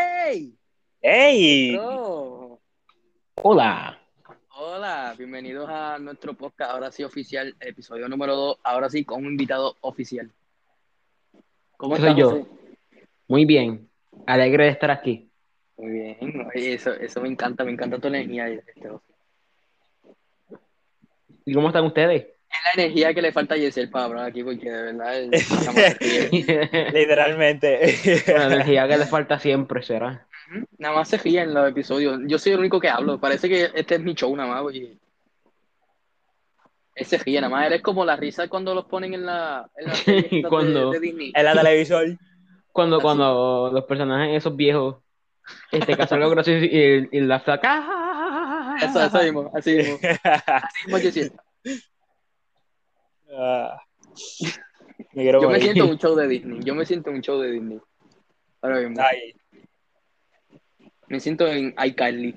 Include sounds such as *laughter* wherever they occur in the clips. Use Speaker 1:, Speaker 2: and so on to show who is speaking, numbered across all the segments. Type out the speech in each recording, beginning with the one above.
Speaker 1: ¡Hey!
Speaker 2: ¡Hey!
Speaker 1: Oh,
Speaker 2: Hola.
Speaker 1: hola, bienvenidos a nuestro podcast, ahora sí oficial, episodio número 2, ahora sí con un invitado oficial. ¿Cómo
Speaker 2: Soy
Speaker 1: estás,
Speaker 2: yo.
Speaker 1: José?
Speaker 2: Muy bien. Alegre de estar aquí.
Speaker 1: Muy bien, oye, eso, eso me encanta, me encanta tu energía. este, José.
Speaker 2: ¿Y cómo están
Speaker 1: *laughs*
Speaker 2: ustedes?
Speaker 1: Es la energía que le falta a Yesel para hablar aquí, porque de verdad
Speaker 2: *laughs*
Speaker 1: él- estamos aquí.
Speaker 3: Literalmente. *laughs*
Speaker 2: La energía que les falta siempre será.
Speaker 1: Nada más se ríe en los episodios. Yo soy el único que hablo. Parece que este es mi show nada más. porque Él se ríe nada más. Eres como la risa cuando los ponen en la, en
Speaker 2: *laughs*
Speaker 1: las series estas de-
Speaker 2: Cuando-
Speaker 1: de Disney.
Speaker 3: en la televisor. *laughs*
Speaker 2: Cuando,
Speaker 1: Así.
Speaker 2: cuando los personajes esos viejos, este caso algo gracioso y, y la ¡Ah, flaca.
Speaker 1: Eso, eso mismo, así mismo. Así mismo yo
Speaker 3: *laughs*
Speaker 1: siento.
Speaker 3: Ah. me quiero
Speaker 1: Yo me
Speaker 3: morir.
Speaker 1: siento un show de Disney. Yo me siento un show de Disney. Ahora mismo. *laughs*
Speaker 3: Ay,
Speaker 1: Me siento en iCarly.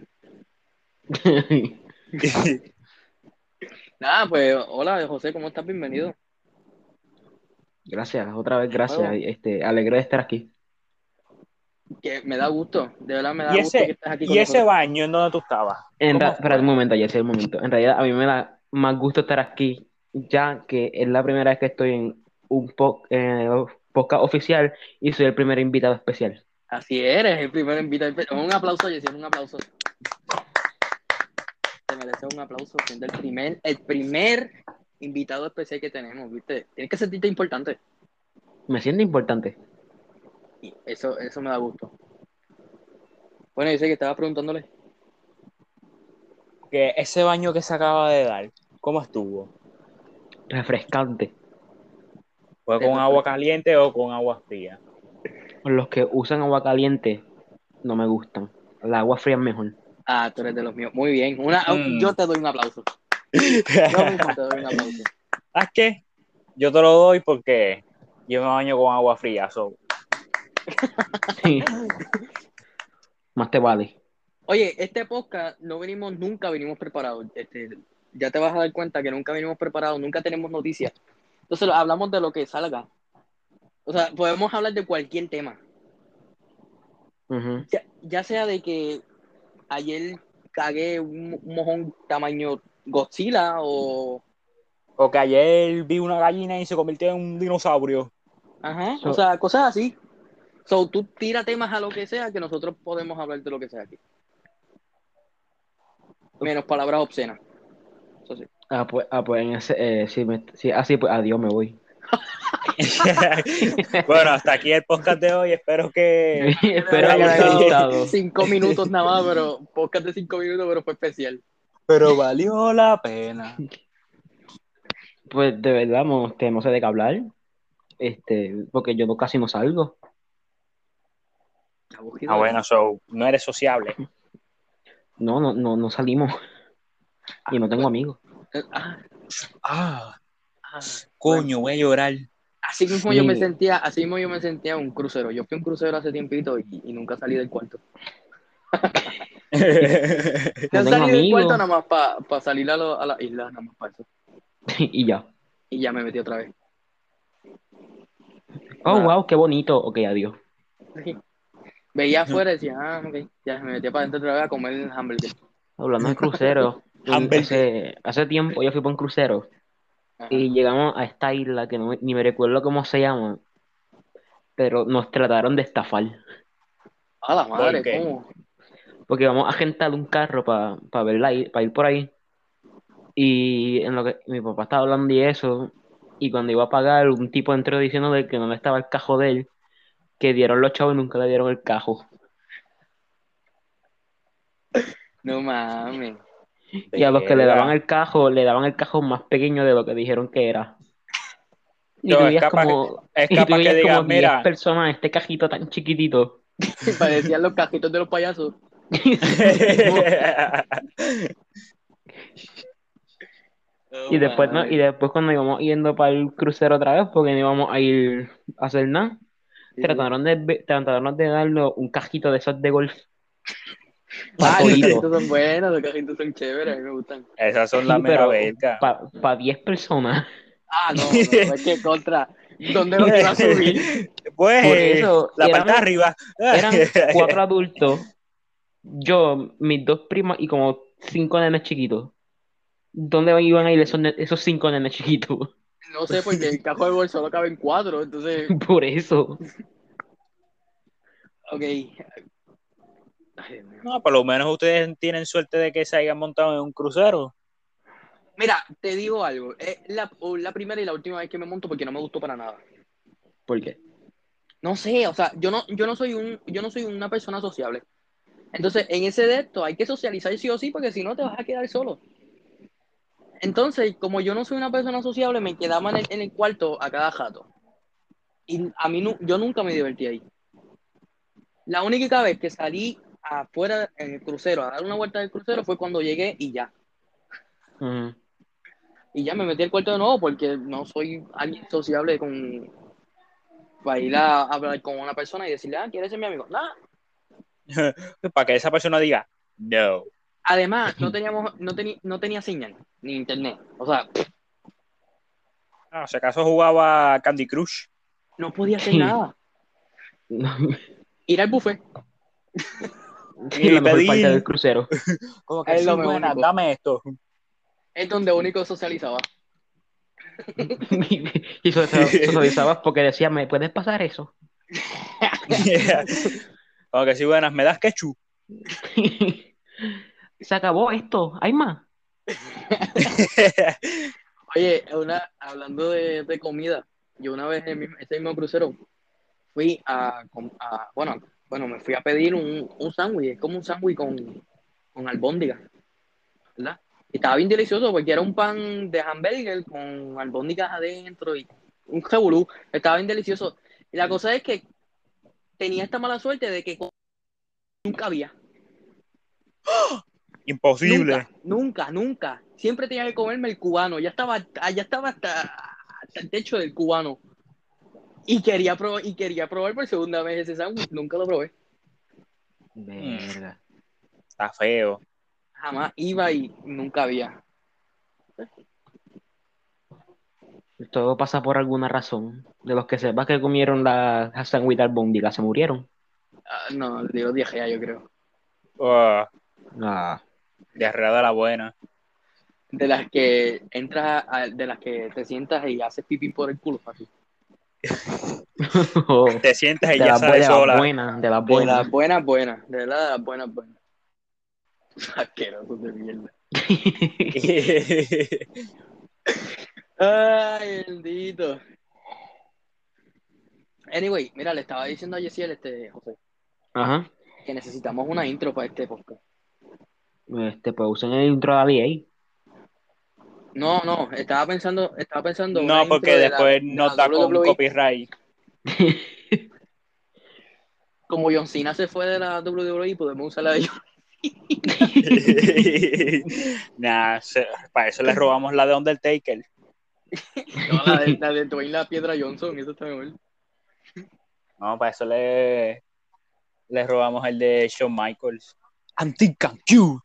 Speaker 1: Nada, pues, hola José, ¿cómo estás? Bienvenido.
Speaker 2: Gracias, otra vez gracias. Este, alegre de estar aquí.
Speaker 1: Que me da gusto, de verdad me da
Speaker 3: Y
Speaker 1: gusto
Speaker 3: ese-
Speaker 1: que estés aquí con
Speaker 3: y ese
Speaker 1: nosotros.
Speaker 3: baño en donde tú estabas.
Speaker 2: En ra-
Speaker 3: ¿Cómo?
Speaker 2: espérate un momento, ya sé el momento. En realidad, a mí me da más gusto estar aquí, ya que es la primera vez que estoy en un po- eh, podcast oficial y soy el primer invitado especial.
Speaker 1: Así eres, el primer invitado. Un aplauso, Yesiel, un aplauso. Te mereces un aplauso, siendo el primer, el primer invitado especial que tenemos, ¿viste? Tienes que sentirte importante.
Speaker 2: Me siento importante.
Speaker 1: Y eso, eso me da gusto. Bueno, yo sé que estaba preguntándole.
Speaker 3: Que ese baño que se acaba de dar, ¿cómo estuvo?
Speaker 2: refrescante.
Speaker 3: ¿Fue con
Speaker 1: Eso
Speaker 3: agua
Speaker 1: fue.
Speaker 3: caliente o con agua fría?
Speaker 2: Los que usan agua caliente no me gustan. La agua fría es mejor.
Speaker 1: Ah, tú eres de los míos. Muy bien. Una, oh,
Speaker 3: Mm.
Speaker 1: Yo te doy un aplauso. Yo mismo te doy un aplauso.
Speaker 3: ¿Sabes qué? Yo te lo doy porque yo me baño con agua fría. so,
Speaker 2: Sí. Más te vale.
Speaker 1: Oye, este podcast no venimos, nunca venimos preparados. Este, ya te vas a dar cuenta que nunca venimos preparados, nunca tenemos noticias. Entonces lo- hablamos de lo que salga. O sea, podemos hablar de cualquier tema.
Speaker 2: Ujú.
Speaker 1: Ya, ya sea de que ayer cagué un, un mojón tamaño Godzilla o...
Speaker 3: Porque ayer vi una gallina y se convirtió en un dinosaurio. *laughs*
Speaker 1: Ajá, o
Speaker 2: So-
Speaker 1: sea, cosas así. So, tú tira temas a lo que sea que nosotros podemos hablar de lo que sea aquí. Menos palabras obscenas. Eso sí.
Speaker 2: Ah, pues, ah, pues en ese, eh, sí, me- sí, así pues adiós me voy. *laughs*
Speaker 3: bueno, hasta aquí el podcast de hoy. Espero que...
Speaker 2: Espero que
Speaker 3: haya
Speaker 2: les haya gustado.
Speaker 1: eh, Cinco minutos nada más, pero podcast de cinco minutos, pero fue especial.
Speaker 3: Pero valió la pena.
Speaker 2: Pues de verdad no, este, no sé de qué hablar. Este, porque yo no- casi no salgo.
Speaker 3: Ah, bueno, so, no eres sociable.
Speaker 2: No, no, no, no salimos. Y no tengo amigos. *laughs*
Speaker 1: Ah,
Speaker 3: Ah,
Speaker 1: ah.
Speaker 3: coño, voy a llorar.
Speaker 1: Así mismo yo me
Speaker 2: Sí.
Speaker 1: sentía, así mismo yo me sentía en un crucero. Yo fui a un crucero hace tiempito y, y nunca salí del cuarto.
Speaker 2: No
Speaker 1: Yo
Speaker 2: tengo
Speaker 1: salí del
Speaker 2: amigos.
Speaker 1: cuarto nada más para salir a, lo- a la isla, nada más para eso.
Speaker 2: y ya.
Speaker 1: Y ya me metí otra vez.
Speaker 2: Oh,
Speaker 1: Ah.
Speaker 2: wow, qué bonito. Ok, adiós.
Speaker 1: Veía afuera y decía, ah, ok, ya me metí para adentro otra vez a comer el hamburger.
Speaker 2: Hablando de crucero,
Speaker 3: Hamburger.
Speaker 2: hace, hace tiempo yo fui por un crucero
Speaker 1: Ajá.
Speaker 2: y llegamos a esta isla que no, ni me recuerdo cómo se llama, pero nos trataron de estafar.
Speaker 1: Ah, A la madre,
Speaker 3: ¿Por qué?
Speaker 1: ¿cómo?
Speaker 2: Porque vamos a rentar un carro para pa verla ir- pa ir por ahí. Y en lo que mi papá estaba hablando y eso, y cuando iba a pagar, un tipo entró diciendo de que no le estaba el cajo de él, que dieron los chavos y nunca le dieron el cajo.
Speaker 1: No mames. *laughs*
Speaker 2: Y a los que le
Speaker 3: Verga. *laughs*
Speaker 2: daban el cajo, le daban el cajo más pequeño de lo que dijeron que era. Y
Speaker 3: No,
Speaker 2: tú
Speaker 3: es
Speaker 2: veías
Speaker 3: capaz
Speaker 2: como,
Speaker 3: Es
Speaker 2: y tú
Speaker 3: capaz que
Speaker 2: veías
Speaker 3: digan,
Speaker 2: como 10
Speaker 3: mira,
Speaker 2: personas en este cajito tan chiquitito.
Speaker 1: Parecían los cajitos de los payasos.
Speaker 2: y después no, y después cuando íbamos yendo para el crucero otra vez, porque no íbamos a ir a hacer nada,
Speaker 1: Sí, sí.
Speaker 2: trataron de trataron de darnos un cajito de esos de golf.
Speaker 1: Ah, los
Speaker 2: Oído.
Speaker 1: cajitos son buenos, los cajitos son chéveres, a mí me gustan.
Speaker 3: *laughs* Esas son las
Speaker 2: Sí,
Speaker 3: mera
Speaker 2: pero
Speaker 3: verga.
Speaker 2: Para 10 personas.
Speaker 1: Ah, no, no, es que contra. ¿Dónde los iba a subir?
Speaker 3: Pues,
Speaker 2: Por eso,
Speaker 3: la
Speaker 2: eran-
Speaker 3: parte de arriba. *laughs*
Speaker 2: Eran cuatro adultos, yo, mis dos primas y como cinco nenes chiquitos. ¿Dónde iban a ir esos, ne- esos cinco nenes chiquitos? *laughs*
Speaker 1: No sé, porque el cajo de bolso solo caben cuatro, entonces.
Speaker 2: Por eso.
Speaker 1: Ok. Ay, Dios mío.
Speaker 3: No, por lo menos ustedes tienen suerte de que se hayan montado en un crucero.
Speaker 1: Mira, te digo algo. Es la, o la primera y la última vez que me monto porque no me gustó para nada.
Speaker 2: ¿Por qué?
Speaker 1: No sé, o sea, yo no, yo no soy un, yo no soy una persona sociable. Entonces, en ese de esto hay que socializar sí o sí, porque si no te vas a quedar solo. Entonces, como yo no soy una persona sociable, me quedaba en el, en el cuarto a cada jato. Y a mí nu- yo nunca me divertí ahí. La única vez que salí afuera en el crucero a dar una vuelta del crucero fue cuando llegué y ya.
Speaker 2: Ujú.
Speaker 1: Y ya me metí al cuarto de nuevo porque no soy alguien sociable con para ir a hablar con una persona y decirle, ah, ¿quieres ser mi amigo? Nada.
Speaker 3: pues, Para que esa persona diga, no.
Speaker 1: Además, no teníamos, no, teni- no tenía señal, ni internet. O sea,
Speaker 3: Ah, si acaso jugaba Candy Crush.
Speaker 1: no podía hacer
Speaker 2: Sí.
Speaker 1: nada.
Speaker 2: *laughs*
Speaker 1: Ir al buffet.
Speaker 2: Sí, la mejor
Speaker 3: pedí-
Speaker 2: parte del crucero. *laughs*
Speaker 3: Como
Speaker 1: que,
Speaker 3: que es
Speaker 1: "Sí,
Speaker 3: lo
Speaker 1: buena,
Speaker 3: buena, dame esto.
Speaker 1: Es donde único socializaba.
Speaker 2: y eso socializabas porque decía, ¿me puedes pasar eso?
Speaker 3: *laughs* Como que sí, buenas, me das ketchup. *laughs*
Speaker 2: *laughs* Se acabó esto, hay más.
Speaker 1: Oye, una, hablando de, de comida, yo una vez en mi- ese mismo crucero fui a, com- a- bueno, bueno, me fui a pedir un, un sándwich, es como un sándwich con, con albóndiga, ¿verdad? Y estaba bien delicioso porque era un pan de hamburger con albóndigas adentro y un jebulú, estaba bien delicioso. Y la cosa es que tenía esta mala suerte de que co- nunca había,
Speaker 3: Imposible.
Speaker 1: nunca, nunca, nunca. Siempre tenía que comerme el cubano, ya estaba, ya estaba hasta, hasta el techo del cubano. Y quería, probar, y quería probar por segunda vez ese sándwich, nunca lo probé.
Speaker 2: Verga.
Speaker 3: Está feo.
Speaker 1: jamás iba y nunca había.
Speaker 2: Mm. Todo pasa por alguna razón. De los que sepas que comieron la la sandwich albóndiga, se murieron.
Speaker 1: Ah, no, le dio diarrea, yo creo.
Speaker 3: Ah,
Speaker 2: Ah,
Speaker 3: diarrea de la buena.
Speaker 1: De las que entras, a- de las que te sientas y haces pipí por el culo. así.
Speaker 3: Te sientas
Speaker 2: *laughs* de
Speaker 3: y ya
Speaker 2: las bu- de
Speaker 3: sale
Speaker 2: las
Speaker 3: sola.
Speaker 2: buenas, de las
Speaker 1: De
Speaker 2: buenas. *laughs*
Speaker 1: las buenas, buenas. De verdad, de las buenas, buenas. *laughs* Asqueroso de mierda. Ay, bendito. Anyway, mira, le estaba diciendo a Yesiel, este, José,
Speaker 2: Ajá.
Speaker 1: que necesitamos una intro para este podcast.
Speaker 2: Este, pues usen el intro de Ali ahí.
Speaker 1: No, no, estaba pensando, estaba pensando. una
Speaker 3: *laughs* no,
Speaker 1: intro
Speaker 3: porque
Speaker 1: de la- de
Speaker 3: después nos
Speaker 1: la E.
Speaker 3: da con
Speaker 1: WWE.
Speaker 3: copyright. *laughs*
Speaker 1: Como John Cena se fue de la WWE, podemos usar la de
Speaker 3: nah, se- para eso le robamos la de Undertaker.
Speaker 1: No, la de, la de Dwayne la Piedra Johnson, eso está mejor.
Speaker 3: No, para eso le, le robamos el de Shawn Michaels. I'm think I'm cute.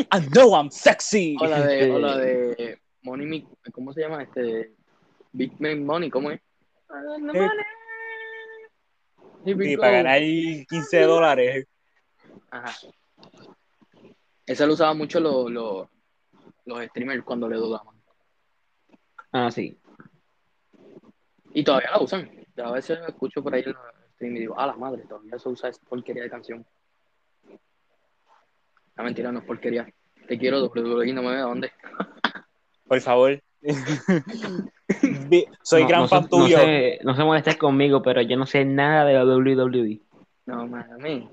Speaker 3: I know I'm sexy.
Speaker 1: O la de,
Speaker 2: Este-
Speaker 1: o la de Money, Mi- ¿cómo se llama? Este, Big Man Money, ¿cómo es?
Speaker 3: Eh,
Speaker 1: Here we
Speaker 3: Y
Speaker 1: go.
Speaker 3: para ganar 15 dólares.
Speaker 1: Ajá. Esa lo usaban mucho los, los, los streamers cuando le dudaban.
Speaker 2: Ah, sí.
Speaker 1: Y todavía la usan. Yo A veces escucho por ahí en los stream y digo, a la madre, todavía se usa esa porquería de canción. La mentira no es porquería. Te quiero, WWE, no me veo dónde.
Speaker 3: Por
Speaker 2: *laughs*
Speaker 3: favor. Vi- Soy
Speaker 2: No-
Speaker 3: gran
Speaker 2: no se-
Speaker 3: fan
Speaker 2: no
Speaker 3: tuyo.
Speaker 2: se- no se molestes conmigo, pero yo no sé nada de la WWE.
Speaker 1: No mames.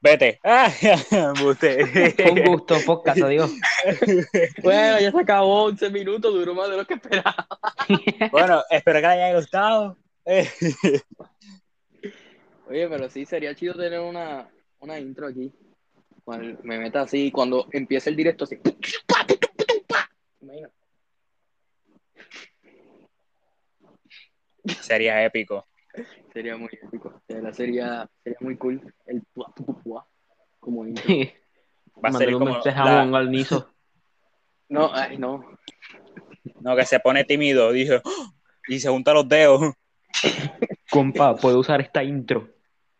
Speaker 3: Vete. *laughs* Ah, embuste. *laughs*
Speaker 2: Con gusto, podcast, adiós.
Speaker 1: Bueno, ya se acabó 11 minutos, duró más de lo que esperaba.
Speaker 3: bueno, espero que le haya gustado. Eh,
Speaker 1: Oye, pero sí, sería chido tener una, una intro aquí. Cuando me meta así, cuando empiece el directo así. Imagina.
Speaker 3: *laughs* Sería épico.
Speaker 1: Sería muy épico. De verdad, sería, sería muy cool el pua, pua, pua, como intro.
Speaker 3: Va a ser
Speaker 2: Mándale un
Speaker 3: como
Speaker 2: mensaje
Speaker 3: la-
Speaker 2: a Bongo al Niso.
Speaker 1: No, ay, no.
Speaker 3: no, que se pone tímido. Dijo, "¡Oh!", Y se junta los dedos. *laughs*
Speaker 2: Compa, puedo usar esta intro.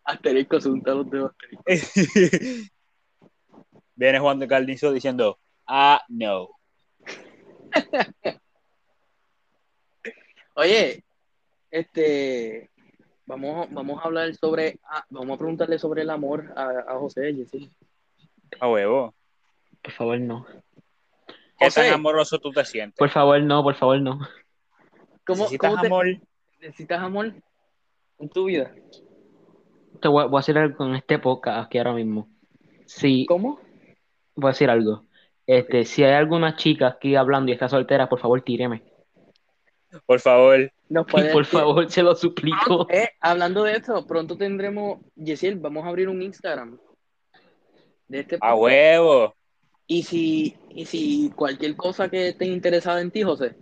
Speaker 1: Asterisco, se junta los dedos. asterisco.
Speaker 3: Viene Juan de Caldizo diciendo, ah, no.
Speaker 1: Oye, este. Vamos, vamos a hablar sobre. ah, vamos a preguntarle sobre el amor a, a José Jessy.
Speaker 3: A huevo.
Speaker 2: Por favor, no.
Speaker 3: ¿Qué
Speaker 1: José.
Speaker 3: tan amoroso tú te sientes?
Speaker 2: Por favor, no, por favor, no.
Speaker 1: ¿Cómo,
Speaker 3: ¿Necesitas
Speaker 1: cómo te-
Speaker 3: amor?
Speaker 1: necesitas amor en tu vida?
Speaker 2: Te voy a, voy a hacer algo con este podcast aquí ahora mismo. Si,
Speaker 1: ¿Cómo?
Speaker 2: voy a decir algo. Este, si hay alguna chica aquí hablando y está soltera, por favor, tíreme. *laughs*
Speaker 3: Por favor.
Speaker 1: Nos puedes
Speaker 2: Por
Speaker 1: decir-
Speaker 2: favor, se lo *laughs* suplico.
Speaker 1: Eh, hablando de esto, pronto tendremos, Yesiel, vamos a abrir un Instagram de este
Speaker 3: A
Speaker 1: podcast.
Speaker 3: huevo.
Speaker 1: y si, y si cualquier cosa que esté interesada en ti, José,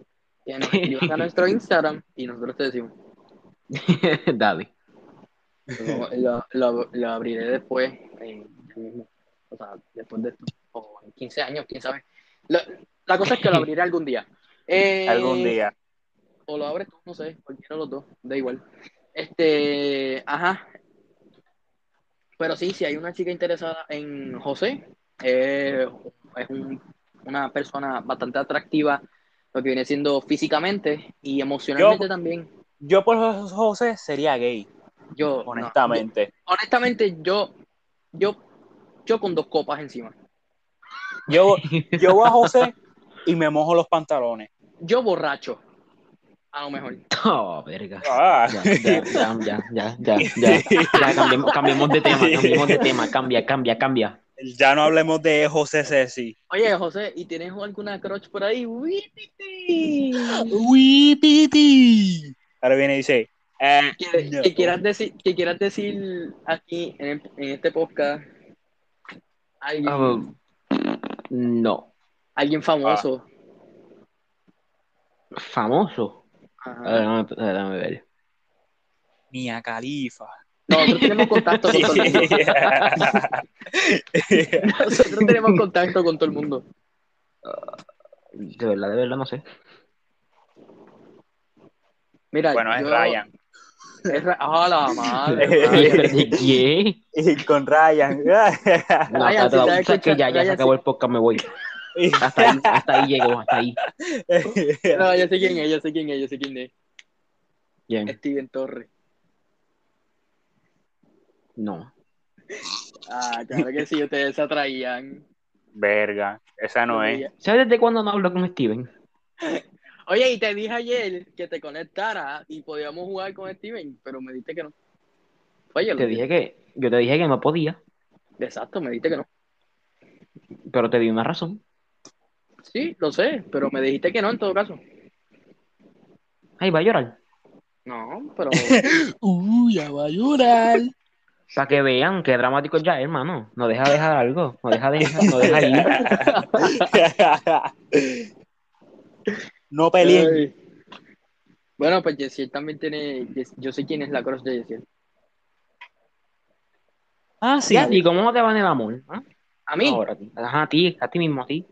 Speaker 1: que nos escribas a nuestro Instagram y nosotros te decimos.
Speaker 2: David.
Speaker 1: Lo, lo- lo- lo abriré después, eh, ya mismo. o sea, después de esto, o en 15 años, quién sabe. La, la cosa es que lo abriré algún día. Eh,
Speaker 3: Algún día.
Speaker 1: o lo abres tú, no sé, cualquiera de los dos, da igual. Este, ajá. Pero sí, si hay una chica interesada en José, eh, es un- una persona bastante atractiva, lo que viene siendo físicamente y emocionalmente
Speaker 3: Yo-
Speaker 1: también.
Speaker 3: Yo por José sería gay,
Speaker 1: Yo, no,
Speaker 3: honestamente.
Speaker 1: yo- honestamente, yo, yo, yo con dos copas encima.
Speaker 3: Yo, yo voy a José y me mojo los pantalones.
Speaker 1: Yo borracho, a lo mejor.
Speaker 2: Oh, verga.
Speaker 3: Ah.
Speaker 2: Ya, ya, ya, ya, ya, ya,
Speaker 1: *laughs*
Speaker 2: ya. Ya, cambiemos, cambiemos de tema, cambiemos de tema, cambia, cambia, cambia.
Speaker 3: *laughs* Ya no hablemos de José Ceci.
Speaker 1: Oye, José, ¿y tienes alguna crotch por ahí? ¡Wititi!
Speaker 3: Ahora viene y dice, eh,
Speaker 1: que,
Speaker 3: no.
Speaker 1: que quieras decir que quieras decir aquí en, el- en este podcast alguien,
Speaker 3: Ah,
Speaker 2: Um, no.
Speaker 1: alguien famoso
Speaker 3: Ah.
Speaker 2: Famoso. A ver,
Speaker 3: Ah.
Speaker 1: Ajá.
Speaker 2: Déjame, déjame ver.
Speaker 3: Mia Califa. *laughs*
Speaker 1: nosotros tenemos contacto con todo el mundo nosotros tenemos contacto con todo el mundo
Speaker 2: De verdad, de verdad, no sé.
Speaker 1: mira
Speaker 3: bueno, es
Speaker 1: yo-
Speaker 3: Ryan. *laughs*
Speaker 1: es Ra- ¡Ah, la
Speaker 2: *laughs*
Speaker 1: madre
Speaker 2: Oye,
Speaker 1: Ryan!
Speaker 2: pero ¿de qué?
Speaker 3: Con Ryan. *laughs*
Speaker 2: No,
Speaker 1: Ryan,
Speaker 2: espérate,
Speaker 1: si
Speaker 2: la-
Speaker 1: estás
Speaker 2: o sea, que ya, ya se
Speaker 1: escuchando-
Speaker 2: acabó el podcast, me voy. Hasta ahí, hasta ahí llego, hasta ahí.
Speaker 1: no yo Ah, sé quién es yo sé quién es yo sé quién es
Speaker 2: Bien,
Speaker 1: Steven Torres
Speaker 2: no.
Speaker 1: ah claro que sí ustedes se atraían
Speaker 3: Verga, esa no es.
Speaker 2: ¿Sabes desde cuándo no hablo con Steven?
Speaker 1: Oye, y te dije ayer que te conectara y podíamos jugar con Steven, pero me dijiste que no. Oye,
Speaker 2: Te dije que, yo te dije que no podía,
Speaker 1: Exacto, me dijiste que no.
Speaker 2: pero te di una razón.
Speaker 1: Sí, lo sé, pero me dijiste que no en todo caso.
Speaker 2: Ahí va a llorar.
Speaker 1: No,
Speaker 2: *laughs*
Speaker 1: pero
Speaker 3: Uy, ya va a llorar.
Speaker 2: Para que vean qué dramático ya es, hermano. No deja dejar algo, no deja dejar, no deja ir.
Speaker 3: *laughs* no peleen.
Speaker 1: Ay. eh, Bueno, pues Jessiel también tiene. Yes- Yo sé quién es la cross de Jessiel.
Speaker 3: Ah,
Speaker 2: ¿Y a ti cómo te va en el amor? ah?
Speaker 1: A mí,
Speaker 2: Ahora, a ti. Ajá, a ti, a ti mismo, a ti.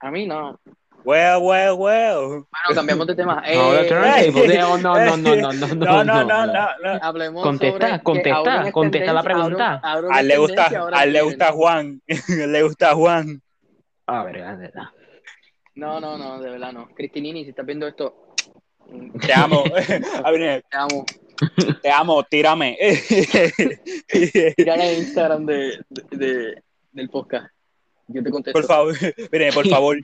Speaker 1: a mí no.
Speaker 3: Well, well, well.
Speaker 1: Bueno, cambiamos de
Speaker 2: *laughs*
Speaker 1: tema. Eh,
Speaker 2: No, the turntable,
Speaker 3: eh,
Speaker 2: no, no, no, no, no,
Speaker 3: No, no, no, no. no.
Speaker 1: hablemos
Speaker 2: Contesta,
Speaker 1: sobre que
Speaker 2: contesta,
Speaker 1: ahora es
Speaker 2: contesta la
Speaker 1: tendencia, ahora-
Speaker 2: pregunta.
Speaker 1: ahora
Speaker 3: A él le
Speaker 1: es
Speaker 3: gusta,
Speaker 1: tendencia, ahora
Speaker 3: a él le
Speaker 1: es
Speaker 3: gusta Juan. *laughs* A él le gusta Juan.
Speaker 2: A ver, a ver, a ver.
Speaker 1: No, no, no, de verdad no. Cristinini, si estás viendo
Speaker 3: *laughs*
Speaker 1: esto, te
Speaker 3: Te amo. Abner,
Speaker 1: amo.
Speaker 3: Te amo, tírame. *laughs*
Speaker 1: Tirar el Instagram de, de- de- del podcast. Yo te contesto.
Speaker 3: Por favor, mire, por
Speaker 1: *laughs*
Speaker 3: favor.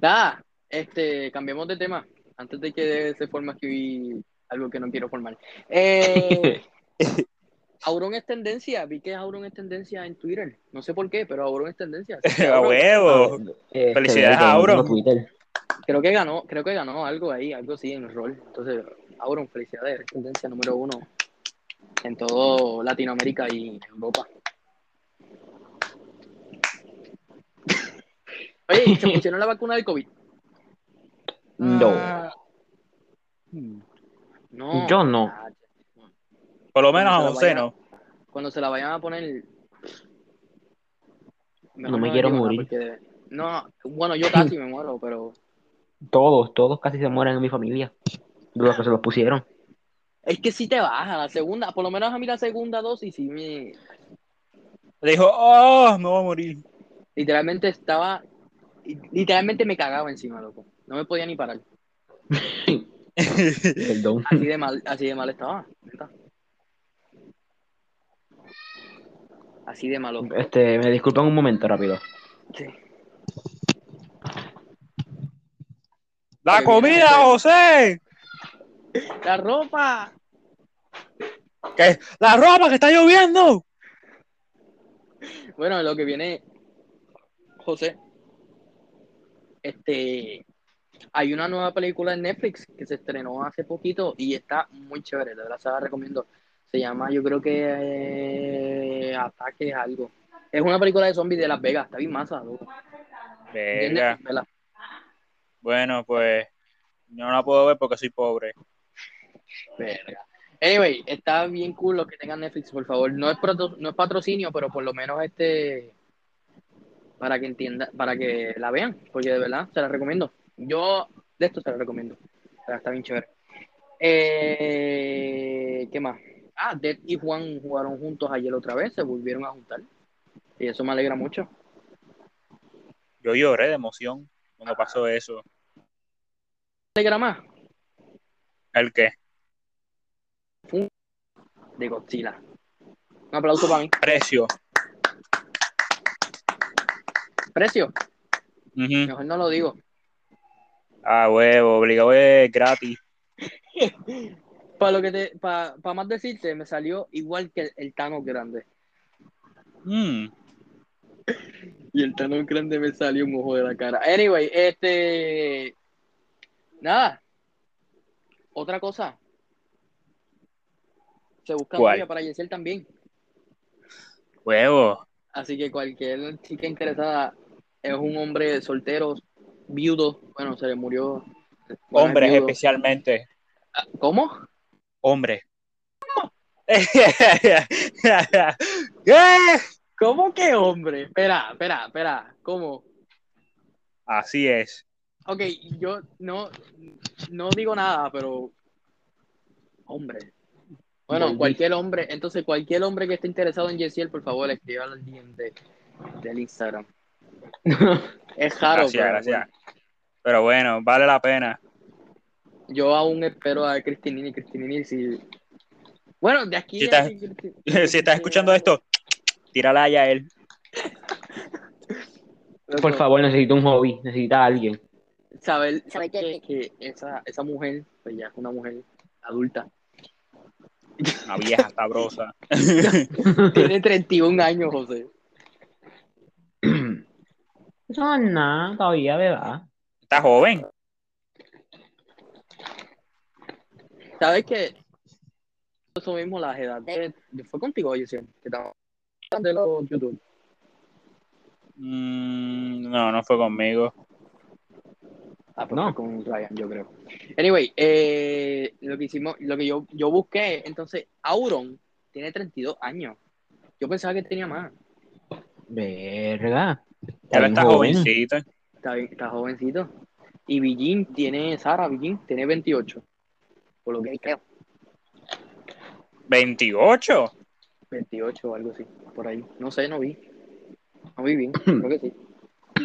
Speaker 1: Nada, este, cambiemos de tema. Antes de que se forme aquí algo que no quiero formar.
Speaker 2: *laughs*
Speaker 1: Eh, Auron es tendencia. Vi que Auron es tendencia en Twitter. No sé por qué, pero Auron es tendencia. Así que,
Speaker 3: A
Speaker 1: Auron,
Speaker 3: huevo.
Speaker 2: *laughs* Este,
Speaker 3: Oh, Felicidades
Speaker 2: yo
Speaker 3: a Auron.
Speaker 2: tengo Twitter.
Speaker 1: creo que ganó, creo que ganó algo ahí, algo así en el rol. Entonces, Auron, felicidades, eres tendencia número uno en todo Latinoamérica y Europa. Oye, ¿y ¿se pusieron la vacuna del COVID?
Speaker 2: No.
Speaker 3: Ah. Hmm.
Speaker 1: No.
Speaker 2: Yo no.
Speaker 1: Ah,
Speaker 3: Por lo menos a
Speaker 1: Pero
Speaker 3: José
Speaker 1: vaya.
Speaker 3: no.
Speaker 1: cuando se la vayan a poner.
Speaker 2: No me quiero
Speaker 1: digo nada
Speaker 2: morir.
Speaker 1: porque- No, bueno, yo casi me muero, pero
Speaker 2: Todos, todos casi se mueren en mi familia. De los que se los pusieron.
Speaker 1: Es que si te baja la segunda, por lo menos a mí la segunda dosis sí me...
Speaker 3: Le dijo, oh, me voy a morir.
Speaker 1: Literalmente estaba... Literalmente me cagaba encima, loco. No me podía ni parar.
Speaker 2: *laughs* Perdón.
Speaker 1: Así de mal, así de mal estaba. neta. Así de malo.
Speaker 2: Este, me disculpan un momento rápido.
Speaker 1: Sí.
Speaker 3: ¡La
Speaker 1: Ay, mira,
Speaker 3: comida,
Speaker 1: José.
Speaker 3: José!
Speaker 1: La ropa.
Speaker 3: ¿Qué? ¡La ropa que está lloviendo!
Speaker 1: Bueno, lo que viene, José, este, hay una nueva película en Netflix que se estrenó hace poquito y está muy chévere, de verdad se la recomiendo. Se llama, yo creo que eh, Ataque algo. Es una película de zombies de Las Vegas, está bien masa, loco. En
Speaker 3: Venga.
Speaker 1: Netflix, ¿verdad?
Speaker 3: Bueno, pues yo no la puedo ver porque soy pobre.
Speaker 1: Verga. Anyway, está bien cool los que tengan Netflix, por favor. No es, proto- no es patrocinio, pero por lo menos este para que entienda, para que la vean, porque de verdad se la recomiendo. Yo de esto se la recomiendo. O sea, Está bien chévere. Eh, ¿Qué más? Ah, Dead y Juan jugaron juntos ayer otra vez, se volvieron a juntar. Y eso me alegra mucho.
Speaker 3: Yo lloré de emoción cuando pasó eso.
Speaker 1: ¿Me alegra más?
Speaker 3: ¿El qué?
Speaker 1: De Godzilla. Un aplauso para mí.
Speaker 3: Precio.
Speaker 1: Precio,
Speaker 3: Ujú.
Speaker 1: mejor no lo digo.
Speaker 3: Ah, huevo, obligado es gratis.
Speaker 1: Para lo que te, para, más decirte, me salió igual que el, el Thanos grande.
Speaker 3: Mm.
Speaker 1: Y el Thanos grande me salió un ojo de la cara. Anyway, este. Nada. Otra cosa. Se busca
Speaker 3: ¿Cuál?
Speaker 1: novia para Yesel también.
Speaker 3: Huevo.
Speaker 1: Así que cualquier chica interesada es un hombre soltero, viudo. Bueno, se le murió. Bueno, es
Speaker 3: Hombres
Speaker 1: viudo.
Speaker 3: especialmente.
Speaker 1: Ah, ¿Cómo?
Speaker 3: Hombres. *laughs* ¿Qué?
Speaker 1: ¿Cómo que hombre? Espera, espera, espera. ¿Cómo?
Speaker 3: Así es.
Speaker 1: Ok, yo no, no digo nada, pero. Hombre. Bueno,
Speaker 2: Volví.
Speaker 1: cualquier hombre, entonces cualquier hombre que esté interesado en Yesiel, por favor, escriba al DM de- del
Speaker 3: *laughs*
Speaker 1: Instagram. Es raro,
Speaker 3: Gracias,
Speaker 1: pero,
Speaker 3: gracias. Pero bueno, vale la pena. *laughs*
Speaker 1: bueno, yo aún espero a Cristinini, Cristinini, si. Bueno, de aquí.
Speaker 3: Si estás- *laughs* Si estás escuchando esto, tírala allá a él.
Speaker 2: Por favor, necesito un hobby, necesita a alguien.
Speaker 1: saber,
Speaker 4: Saber
Speaker 1: que, que esa, esa mujer, pues ya es una mujer adulta,
Speaker 3: Una vieja sabrosa.
Speaker 1: tiene 31 años, José.
Speaker 2: No, nada, todavía, ¿verdad?
Speaker 3: Está joven.
Speaker 1: ¿Sabes qué? Eso mismo, las edades. Yo fue contigo, yo siempre. Que estaba de los YouTube.
Speaker 3: Mm, no, no fue conmigo.
Speaker 1: Ah, pues
Speaker 2: No.
Speaker 1: fue con Ryan, yo creo. Anyway, eh, lo que hicimos, lo que yo, yo busqué, entonces, Auron tiene 32 años. Yo pensaba que tenía más.
Speaker 2: Verga.
Speaker 3: Él
Speaker 2: bien
Speaker 3: está
Speaker 2: joven.
Speaker 3: jovencito.
Speaker 1: Está bien, está jovencito. Y Villín tiene, Sara Villín tiene 28. Por lo que creo,
Speaker 3: 28.
Speaker 1: 28 o algo así, por ahí. No sé, no vi. No vi bien, creo que sí.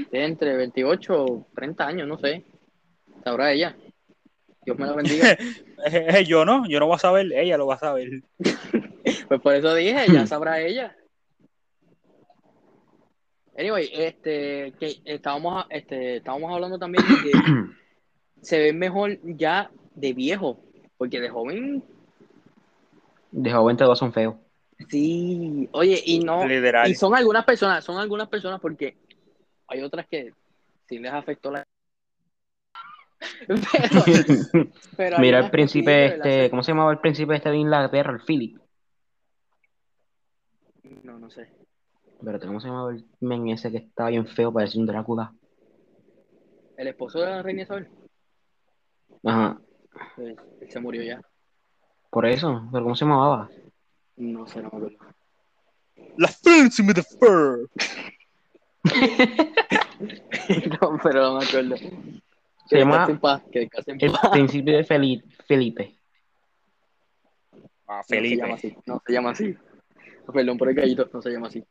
Speaker 1: Tiene entre 28 o 30 años, no sé. Sabrá ella. Dios me la bendiga.
Speaker 3: Eh, eh, *laughs* yo no, yo no voy a saber, ella lo va a saber.
Speaker 1: Pues por eso dije, ya sabrá ella. Anyway, este, que estábamos, a- este, estábamos hablando también de que se ve mejor ya de viejo, porque de joven,
Speaker 2: De joven todos son *laughs* feos.
Speaker 1: sí. Oye, y no,
Speaker 3: Literal.
Speaker 1: y son algunas personas, son algunas personas porque hay otras que sí les afectó la... *laughs* Pero, pero hay
Speaker 2: Mira
Speaker 1: unas que sí,
Speaker 2: el
Speaker 1: de
Speaker 2: príncipe,
Speaker 1: verdad,
Speaker 2: este,
Speaker 1: se-
Speaker 2: ¿cómo se llamaba el príncipe este de Inglaterra? El Philip.
Speaker 1: No, no sé.
Speaker 2: Pero ¿cómo se llamaba el men ese que estaba bien feo, parecía un Drácula?
Speaker 1: El esposo de la reina Isabel
Speaker 2: Ajá,
Speaker 1: eh, se murió ya.
Speaker 2: por eso, pero ¿cómo se llamaba?
Speaker 1: No sé, no me acuerdo. *laughs*
Speaker 3: La fancy with the fur.
Speaker 1: No, pero no me acuerdo.
Speaker 2: Se llama
Speaker 1: descanse en paz, que descanse en
Speaker 2: El
Speaker 1: paz.
Speaker 2: Principio de Feli- Felipe.
Speaker 3: Ah,
Speaker 1: No se llama
Speaker 3: Felipe.
Speaker 1: así. No se llama así. Perdón por el gallito, no se llama así.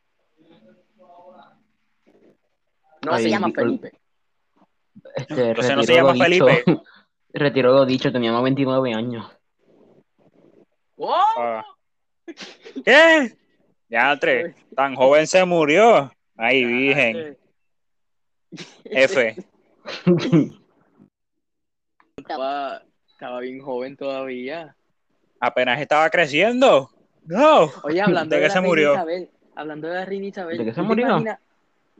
Speaker 1: No
Speaker 2: Ay,
Speaker 1: se llama
Speaker 2: Nicole.
Speaker 1: Felipe.
Speaker 2: Este,
Speaker 3: Entonces no se
Speaker 2: retiró
Speaker 3: llama
Speaker 2: lo
Speaker 3: Felipe.
Speaker 2: dicho. *laughs* Retiró lo dicho, teníamos 29 años. *laughs*
Speaker 1: ¡Oh!
Speaker 3: Ah. ¿Qué? Ya, entre, tan joven se murió. Ay, virgen.
Speaker 1: *laughs*
Speaker 3: F.
Speaker 1: Estaba, estaba bien joven todavía.
Speaker 3: Apenas estaba creciendo. No.
Speaker 1: Oye, hablando
Speaker 3: ¿De
Speaker 1: de,
Speaker 3: qué
Speaker 1: la
Speaker 3: se
Speaker 1: reina
Speaker 3: murió?
Speaker 1: Isabel, hablando de la reina Isabel,
Speaker 2: ¿De qué se
Speaker 1: ¿tú te
Speaker 2: murió?
Speaker 1: imaginas-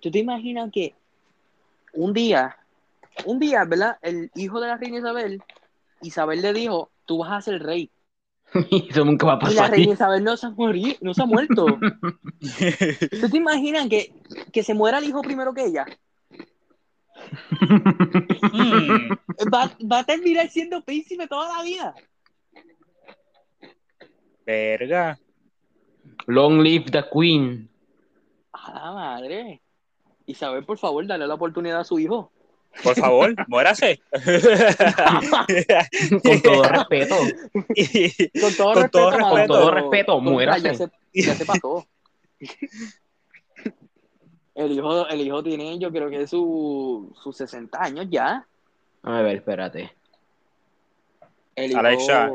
Speaker 1: ¿Tú te imaginas que un día, un día, ¿verdad? El hijo de la reina Isabel, Isabel le dijo, tú vas a ser rey.
Speaker 2: Eso nunca va a
Speaker 1: Y la
Speaker 2: pasar.
Speaker 1: reina Isabel no se ha, mori- no se ha muerto. ¿Tú te imaginas que, que se muera el hijo primero que ella?
Speaker 3: Mm.
Speaker 1: Va, va a terminar siendo príncipe toda la vida.
Speaker 3: Verga.
Speaker 2: Long live the
Speaker 1: *laughs*
Speaker 2: Queen. *laughs*
Speaker 1: A la madre. Isabel, por favor, dale la oportunidad a su hijo.
Speaker 3: Por favor, muérase. *laughs*
Speaker 2: Con todo respeto.
Speaker 1: Con todo
Speaker 3: Con
Speaker 1: respeto,
Speaker 3: todo
Speaker 1: madre, pero-
Speaker 3: respeto.
Speaker 2: Con todo respeto,
Speaker 1: contra,
Speaker 2: muérase.
Speaker 1: Ya se, ya se pasó. *laughs* El hijo, el hijo tiene, yo creo que su, sus 60 años ya.
Speaker 2: A ver, espérate.
Speaker 1: El hijo-
Speaker 3: Alexa.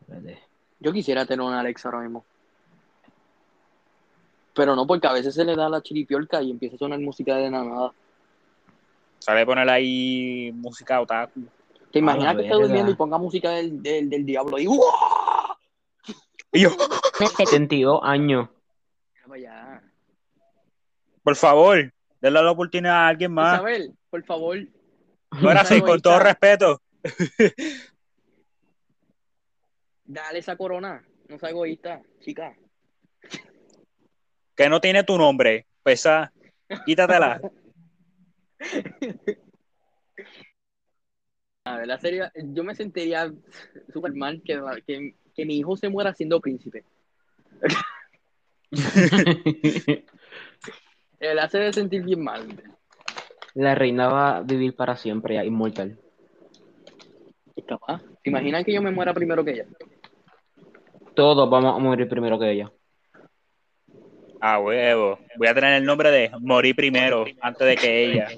Speaker 2: espérate.
Speaker 1: Yo quisiera tener una Alexa ahora mismo. Pero no, porque a veces se le da la chiripiorca y empieza a sonar música de la nada.
Speaker 3: Sale a poner ahí música otaku.
Speaker 1: ¿Te
Speaker 2: A
Speaker 1: imaginas
Speaker 2: la
Speaker 1: que esté
Speaker 2: verga.
Speaker 1: durmiendo y ponga música del, del, del diablo? Y ¡Uah!
Speaker 3: Y yo,
Speaker 2: 72 años. *laughs*
Speaker 1: Mira para allá.
Speaker 3: por favor, denle la oportunidad a alguien más.
Speaker 1: Isabel, por favor.
Speaker 3: Muérase con todo respeto.
Speaker 1: Dale esa corona, no seas egoísta, chica.
Speaker 3: Que no tiene tu nombre. Pesa, quítatela.
Speaker 1: A ver, la serie, yo me sentiría súper mal que, que, que mi hijo se muera siendo príncipe. Él hace Eh, de sentir bien mal.
Speaker 2: La reina va a vivir para siempre, ya, inmortal.
Speaker 1: Capaz. ¿Te imaginas que yo me muera primero que ella?
Speaker 2: Todos vamos a morir primero que ella.
Speaker 3: A huevo. Voy a tener el nombre de Morí primero, antes de que ella.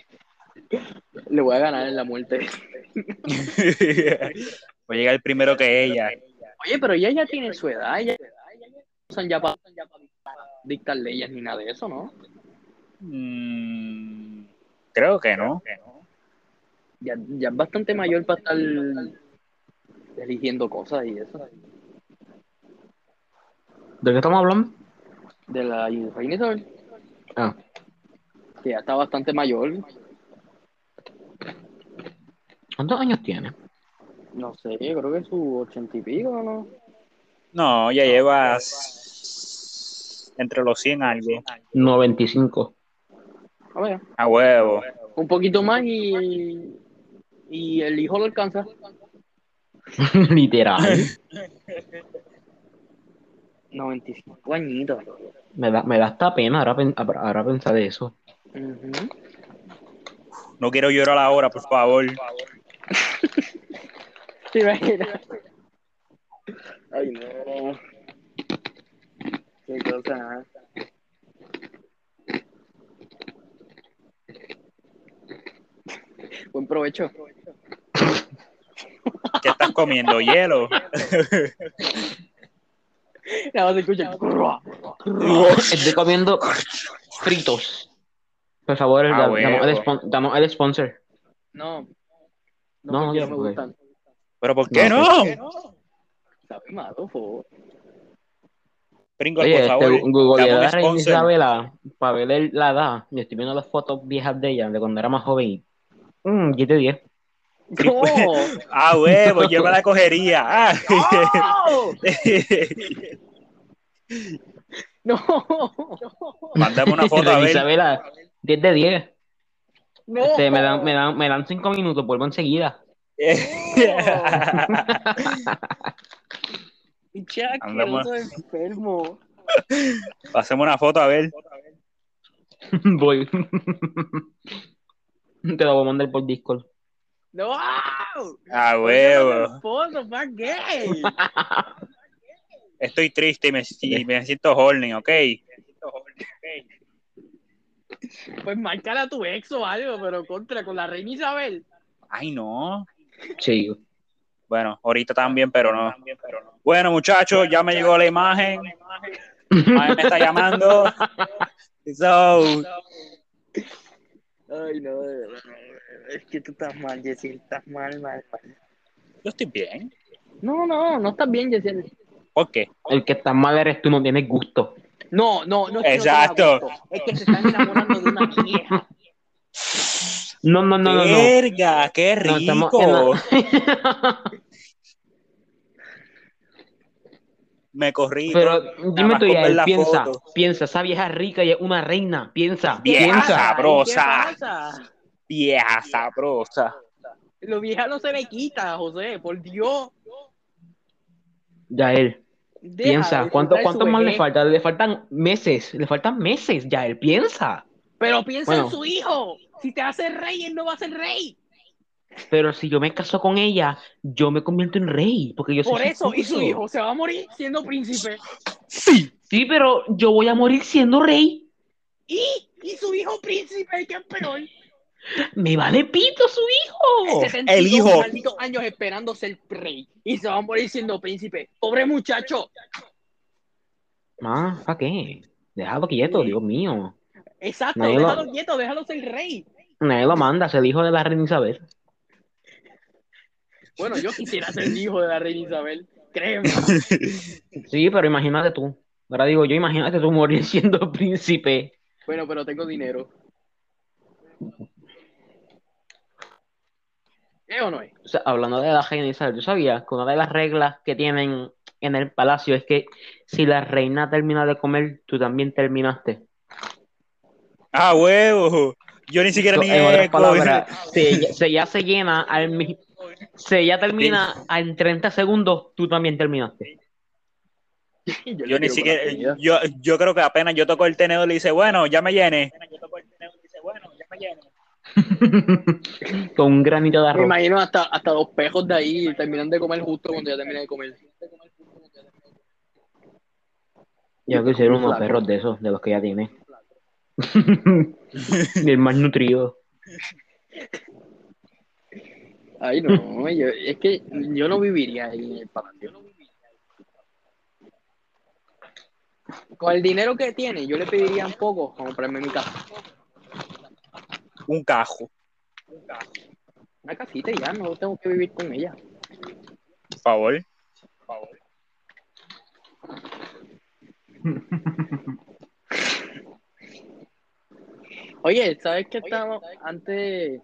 Speaker 3: *laughs*
Speaker 1: Le voy a ganar en la muerte.
Speaker 3: Voy a llegar primero que ella.
Speaker 1: Oye, pero ella ya tiene su edad. Ella, no usan ya para dictar leyes ni nada de eso, ¿no?
Speaker 3: Mm, creo que no.
Speaker 1: Ya, ya es bastante mayor para estar eligiendo cosas y eso.
Speaker 2: ¿De qué estamos hablando?
Speaker 1: De la reina Isabel,
Speaker 2: Ah,
Speaker 1: que ya está bastante mayor.
Speaker 2: ¿Cuántos años tiene?
Speaker 1: No sé, yo creo que su ochenta y pico, ¿no?
Speaker 3: No, ya llevas entre los 100 algo.
Speaker 2: 95.
Speaker 1: A ver.
Speaker 3: A huevo.
Speaker 1: Un poquito más y, y el hijo lo alcanza.
Speaker 2: *laughs*
Speaker 1: *laughs*
Speaker 2: Literal.
Speaker 1: 95 añitos.
Speaker 2: Me da, me da hasta pena ahora, pen- ahora pensar de eso.
Speaker 1: Ujú.
Speaker 3: No quiero llorar ahora, por favor.
Speaker 1: ¿Te imaginas? Ay, no. Qué cosa. Buen provecho.
Speaker 3: ¿Qué estás comiendo? ¿Hielo?
Speaker 1: Nada más se escucha.
Speaker 2: Estoy comiendo Eh, fritos. Por favor,
Speaker 3: Ah,
Speaker 2: da-
Speaker 3: huevo.
Speaker 2: damos, el spon- damos el sponsor.
Speaker 1: No.
Speaker 2: No,
Speaker 1: No, porque
Speaker 2: ya
Speaker 1: no me
Speaker 2: fue.
Speaker 1: gustan.
Speaker 3: ¿Pero por qué
Speaker 2: No,
Speaker 1: pues,
Speaker 3: no?
Speaker 1: Sabe malo, por favor.
Speaker 3: Pringles,
Speaker 2: Oye,
Speaker 3: por
Speaker 2: este,
Speaker 3: favor.
Speaker 2: Google
Speaker 3: dame un
Speaker 2: la reina
Speaker 3: sponsor.
Speaker 2: Isabela para ver el- la edad. Yo estoy viendo las fotos viejas de ella, de cuando era más joven. y, Mm, 10 de 10.
Speaker 1: *laughs* No.
Speaker 3: A huevo, yo me la cogería. *laughs* Ah.
Speaker 1: ¡Oh! No.
Speaker 3: *laughs* Mándame
Speaker 2: *laughs*
Speaker 3: una foto a
Speaker 2: Reina
Speaker 3: ver.
Speaker 2: Isabela, 10 de 10.
Speaker 1: No.
Speaker 2: Este, me dan 5
Speaker 1: *laughs*
Speaker 2: me dan, me dan cinco minutos, vuelvo enseguida. *laughs*
Speaker 1: Pinche
Speaker 3: Andamos.
Speaker 1: asqueroso enfermo.
Speaker 3: Hacemos una foto a ver.
Speaker 2: Voy. *laughs* Te lo voy a mandar por Discord.
Speaker 1: ¡No!
Speaker 3: Ah,
Speaker 1: Pónselo
Speaker 3: huevo.
Speaker 1: al fondo, más gay.
Speaker 3: Estoy triste y me, y me siento horny, ¿ok?
Speaker 1: Pues márcala a tu ex o algo, pero contra con la reina Isabel.
Speaker 3: Ay, no.
Speaker 2: Chico.
Speaker 3: Bueno, ahorita también, pero no. Bueno, muchachos, ya me llegó la imagen. Ay, me está *laughs* llamando. So,
Speaker 1: Ay, no. Es que tú estás mal, Jessy. Estás mal, mal, mal.
Speaker 3: yo estoy bien.
Speaker 1: No, no, no estás bien, Jessy.
Speaker 3: ¿Por qué?
Speaker 2: El que está mal eres tú, no tienes gusto.
Speaker 1: No, no, no. es que no
Speaker 3: Exacto.
Speaker 1: te la gusto. Es que se están enamorando de una vieja.
Speaker 2: No, no, no, no, no.
Speaker 3: Verga, qué
Speaker 2: No, estamos
Speaker 3: rico. *laughs* Me corrí.
Speaker 2: Pero
Speaker 3: Nada
Speaker 2: dime
Speaker 3: más
Speaker 2: tú
Speaker 3: con
Speaker 2: ya,
Speaker 3: ver
Speaker 2: él
Speaker 3: la
Speaker 2: piensa,
Speaker 3: foto.
Speaker 2: piensa, esa vieja es rica y es una reina. Piensa,
Speaker 3: Vieja.
Speaker 2: piensa.
Speaker 3: sabrosa.
Speaker 1: ¿Qué pasa?
Speaker 3: Vieja sabrosa.
Speaker 1: Lo vieja no se le quita, José, por Dios.
Speaker 2: Ya él,
Speaker 1: Deja
Speaker 2: piensa.
Speaker 1: de
Speaker 2: ¿Cuánto,
Speaker 1: disfrutar
Speaker 2: cuánto
Speaker 1: su
Speaker 2: más le
Speaker 1: vejez.
Speaker 2: falta? Le faltan meses, le faltan meses. Ya él, piensa.
Speaker 1: Pero piensa
Speaker 2: Bueno.
Speaker 1: en su hijo. Si te hace rey, él no va a ser rey.
Speaker 2: Pero si yo me caso con ella, yo me convierto en rey. Porque yo soy
Speaker 1: Por eso, y su
Speaker 2: esposo.
Speaker 1: hijo se va a morir siendo príncipe.
Speaker 3: Sí.
Speaker 2: Sí, pero yo voy a morir siendo rey.
Speaker 1: Y, y su hijo príncipe, que es peor.
Speaker 2: Me vale pito su
Speaker 1: *laughs*
Speaker 2: hijo.
Speaker 1: 72
Speaker 3: el hijo.
Speaker 1: malditos años esperando ser rey. Y se va a morir siendo príncipe. Pobre muchacho.
Speaker 2: Ah, ¿para qué? Déjalo quieto, Dios mío.
Speaker 1: Exacto,
Speaker 2: Nadie lo-
Speaker 1: déjalo quieto, déjalo ser rey.
Speaker 2: Nadie lo manda, es el hijo de la reina Isabel.
Speaker 1: Bueno, yo quisiera ser el hijo de la reina Isabel. Créeme.
Speaker 2: Sí, pero imagínate tú. Ahora digo yo, imagínate tú morir *laughs* siendo príncipe.
Speaker 1: Bueno, pero tengo dinero. ¿Eh o no es? *laughs*
Speaker 2: O sea, hablando de la reina Isabel, ¿tú sabías que una de las reglas que tienen en el palacio es que si la reina termina de comer, tú también terminaste?
Speaker 3: Ah, huevo. Yo ni siquiera ni
Speaker 2: en otras palabras, si ella, si ella se llena, al, mi- si ella termina en 30 segundos, tú también terminaste. *laughs*
Speaker 1: Yo,
Speaker 3: *laughs* Yo
Speaker 1: le quiero
Speaker 3: ni siquiera,
Speaker 1: con la comida.
Speaker 3: yo, yo creo que apenas yo toco el tenedor le dice, bueno, ya me llené.
Speaker 2: Con un granito
Speaker 3: eh,
Speaker 2: de
Speaker 1: Me
Speaker 2: arroz.
Speaker 1: imagino hasta, hasta dos pejos de ahí terminan de comer justo cuando ya terminé de comer.
Speaker 2: Yo quisiera
Speaker 1: Muy
Speaker 2: unos
Speaker 1: flaco.
Speaker 2: perros de esos, de los que ya tiene. *laughs* Y el más nutrido.
Speaker 1: Ay, no, *laughs* yo- es que yo no viviría ahí en el palacio. Con el dinero que tiene, yo le pediría un poco para comprarme mi casa.
Speaker 3: Un cajo,
Speaker 1: Una casita y ya, no tengo que vivir con ella.
Speaker 3: por favor.
Speaker 1: Oye, ¿sabes qué estamos? Antes,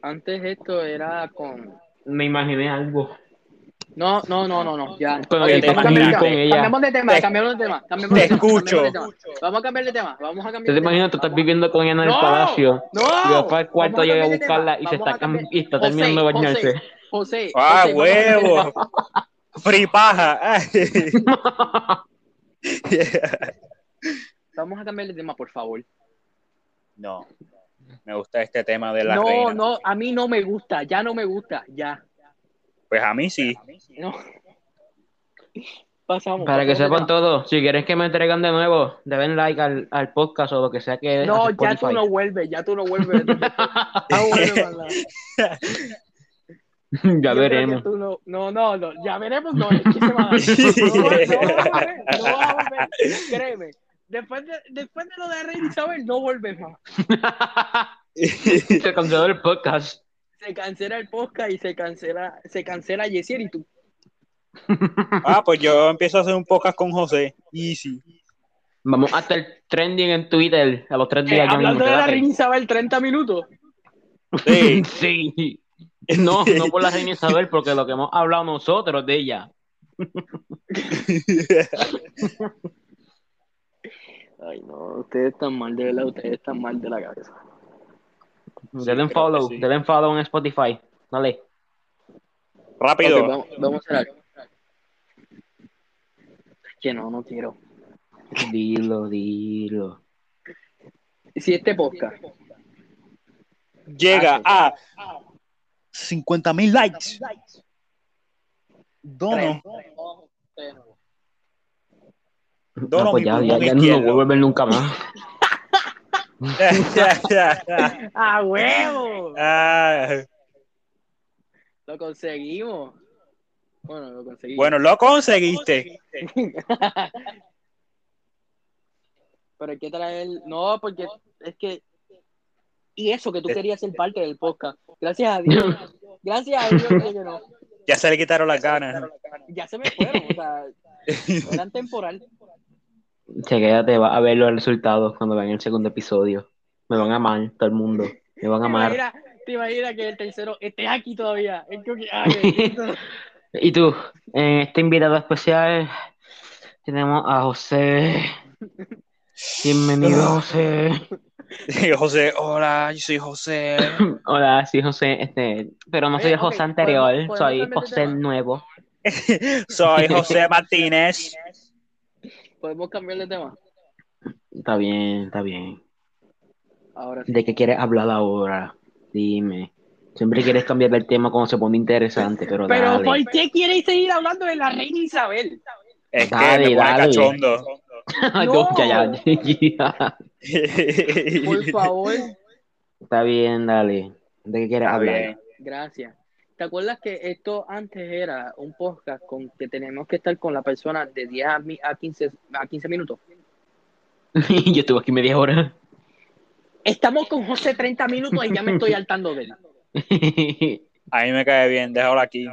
Speaker 1: antes esto era con...
Speaker 2: Me imaginé algo.
Speaker 1: No, no, no, no, no, ya.
Speaker 2: Con
Speaker 1: Oye,
Speaker 2: el
Speaker 1: vamos a
Speaker 3: tema
Speaker 1: cambiar de
Speaker 2: con
Speaker 1: tema,
Speaker 2: ella.
Speaker 1: cambiamos de tema,
Speaker 3: Te-
Speaker 1: cambiamos de tema, cambiamos
Speaker 3: te
Speaker 1: de tema, cambiamos de
Speaker 3: escucho.
Speaker 1: tema. Vamos a cambiar de tema, vamos a cambiar
Speaker 2: ¿Tú
Speaker 1: de
Speaker 2: te
Speaker 1: tema,
Speaker 2: imaginas tú estás
Speaker 1: vamos a-
Speaker 2: viviendo con ella en el
Speaker 1: ¡No!
Speaker 2: palacio?
Speaker 1: ¡No!
Speaker 2: Y vas para el cuarto,
Speaker 1: Vamos a
Speaker 2: llega a
Speaker 1: cambiar de tema,
Speaker 2: buscarla y se
Speaker 1: vamos
Speaker 2: está,
Speaker 1: a cambiar-
Speaker 2: cam- y está
Speaker 1: José,
Speaker 2: terminando de bañarse.
Speaker 1: José, José,
Speaker 3: Ah,
Speaker 1: José, vamos a cambiar de tema.
Speaker 3: huevo. Free paja.
Speaker 1: *laughs* Vamos a cambiar de tema, por favor.
Speaker 3: No. Me gusta este tema de la
Speaker 1: no,
Speaker 3: reina.
Speaker 1: no, a mí no me gusta, ya no me gusta, ya.
Speaker 3: Pues a mí sí.
Speaker 1: No. *laughs* Pasamos.
Speaker 2: Para que
Speaker 1: pasamos de
Speaker 2: sepan todos, si quieres que me entregan de nuevo, deben like al, al podcast o lo que sea que
Speaker 1: tema. No,
Speaker 2: Eh, hace
Speaker 1: ya tú
Speaker 2: Spotify. *laughs*
Speaker 1: no vuelves, ya tú no vuelves. Ah, Ya vuelve, mala.
Speaker 2: ya
Speaker 1: Yo creo que
Speaker 2: veremos.
Speaker 1: tú no, no, no, no, ya veremos. No, es que se va a dar.
Speaker 2: *laughs*
Speaker 1: No, va- no va a volver, no va a volver, créeme. Después de, después de lo de Rey Isabel, no vuelves más.
Speaker 2: *laughs* se canceló el podcast.
Speaker 1: Se cancela el podcast y se cancela, se cancela Yesiel y tú.
Speaker 3: *laughs* Ah, pues yo empiezo a hacer un podcast con José. Easy.
Speaker 2: Vamos hasta el trending en Twitter a los tres
Speaker 1: Eh,
Speaker 2: días. ya mismo,
Speaker 1: hablando de la
Speaker 2: quédate.
Speaker 1: Reina Isabel, 30 minutos.
Speaker 3: Sí.
Speaker 2: *laughs* Sí. No, no por la reina Isabel, porque lo que hemos hablado nosotros de ella.
Speaker 1: Ay, no, ustedes están mal de verdad, ustedes están mal de la cabeza.
Speaker 2: denle
Speaker 3: creo que
Speaker 2: follow,
Speaker 3: sí.
Speaker 2: denle follow en Spotify. Dale.
Speaker 3: *laughs* Rápido.
Speaker 1: Ok, vamos, vamos a hacer algo. Es que no, no quiero.
Speaker 2: Dilo, dilo.
Speaker 1: Si este podcast
Speaker 3: llega
Speaker 1: Hacho.
Speaker 3: a 50 mil likes. Dono,
Speaker 2: No,
Speaker 3: dono
Speaker 2: pues
Speaker 3: mi
Speaker 2: ya, ya,
Speaker 3: pulmón
Speaker 2: ya no lo
Speaker 3: izquierdo.
Speaker 2: vuelvo a ver nunca más.
Speaker 1: ¡A huevo!
Speaker 3: *laughs* Ah,
Speaker 1: Lo conseguimos. Bueno, lo conseguimos.
Speaker 3: bueno, lo conseguiste.
Speaker 1: Pero hay que traer. No, porque es que. Y eso, que tú querías ser parte del podcast. Gracias a *laughs* Dios. Gracias a Dios. que no.
Speaker 3: Ya se le quitaron las *laughs* ganas.
Speaker 1: Ya se me fueron. O sea, eran temporal.
Speaker 2: Che, quédate, va a ver los resultados cuando vean el segundo episodio. Me van a amar, todo el mundo. Me van a
Speaker 1: Te
Speaker 2: amar.
Speaker 1: imaginas, te imaginas que el tercero estés aquí todavía. Es como que- ah, que-
Speaker 2: Y tú, en este invitado especial tenemos a
Speaker 1: *laughs*
Speaker 2: José. Bienvenido, José.
Speaker 3: *laughs* José, hola, yo soy José.
Speaker 2: Hola, sí, José. Este, pero no soy
Speaker 1: Oye,
Speaker 2: el José
Speaker 1: ok,
Speaker 2: anterior,
Speaker 1: podemos- podemos
Speaker 2: soy
Speaker 1: cambiar de
Speaker 2: José
Speaker 1: tema.
Speaker 2: nuevo.
Speaker 3: *laughs* Soy
Speaker 2: *laughs*
Speaker 3: José Martínez.
Speaker 1: Podemos cambiar de tema.
Speaker 2: Está bien, está bien.
Speaker 1: Ahora sí.
Speaker 2: ¿De qué quieres hablar ahora? Dime. Siempre quieres cambiar el tema cuando se pone interesante, pero,
Speaker 1: Pero
Speaker 2: dale.
Speaker 1: ¿por qué quieres seguir hablando de la reina Isabel?
Speaker 3: Es que
Speaker 2: Dale,
Speaker 3: me pone
Speaker 2: dale.
Speaker 3: cachondo.
Speaker 2: *laughs* Yo, ya, ya, ya.
Speaker 1: Por favor.
Speaker 2: Está bien, dale. ¿De qué quieres
Speaker 3: Está
Speaker 2: hablar?
Speaker 3: bien.
Speaker 1: Gracias. ¿Te acuerdas que esto antes era un podcast con que tenemos que estar con la persona de 10 a mi- a 15, a 15 minutos?
Speaker 2: *laughs* Yo estuve aquí media hora.
Speaker 1: Estamos con José 30 minutos y ya me estoy hartando de él.
Speaker 3: A mí me cae bien, déjalo aquí.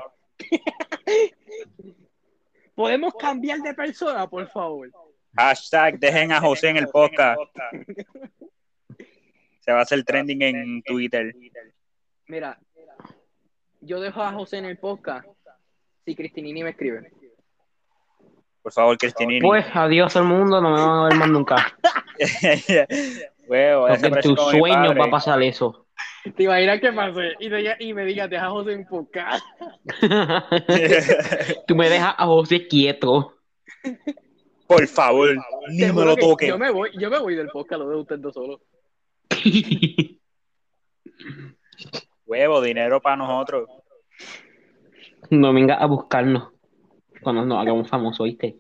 Speaker 1: ¿Podemos cambiar de persona, por favor?
Speaker 3: Hashtag dejen a José en el podcast. Se va a hacer trending en Twitter.
Speaker 1: Mira, yo dejo a José en el podcast si Cristinini me escribe.
Speaker 3: Por favor, Cristinini.
Speaker 2: pues adiós al mundo, no me van a ver más nunca.
Speaker 3: *laughs* Huevo,
Speaker 2: Porque
Speaker 3: ese
Speaker 2: en tus
Speaker 3: parece como mi
Speaker 2: sueños
Speaker 3: padre.
Speaker 2: va a pasar eso. *laughs*
Speaker 1: ¿Te imaginas qué pasa? Y, te- y me digas, deja a José en podcast.
Speaker 2: Tú me dejas a José quieto.
Speaker 3: *laughs*
Speaker 2: *laughs*
Speaker 3: Por favor, ni
Speaker 1: Te
Speaker 3: me
Speaker 1: juro
Speaker 3: lo
Speaker 1: que
Speaker 3: toque.
Speaker 1: Yo me voy, yo me voy del podcast, lo dejo a ustedes dos solos.
Speaker 3: Huevo, dinero para nosotros.
Speaker 2: No vengas a buscarnos cuando nos hagamos famosos, ¿oíste?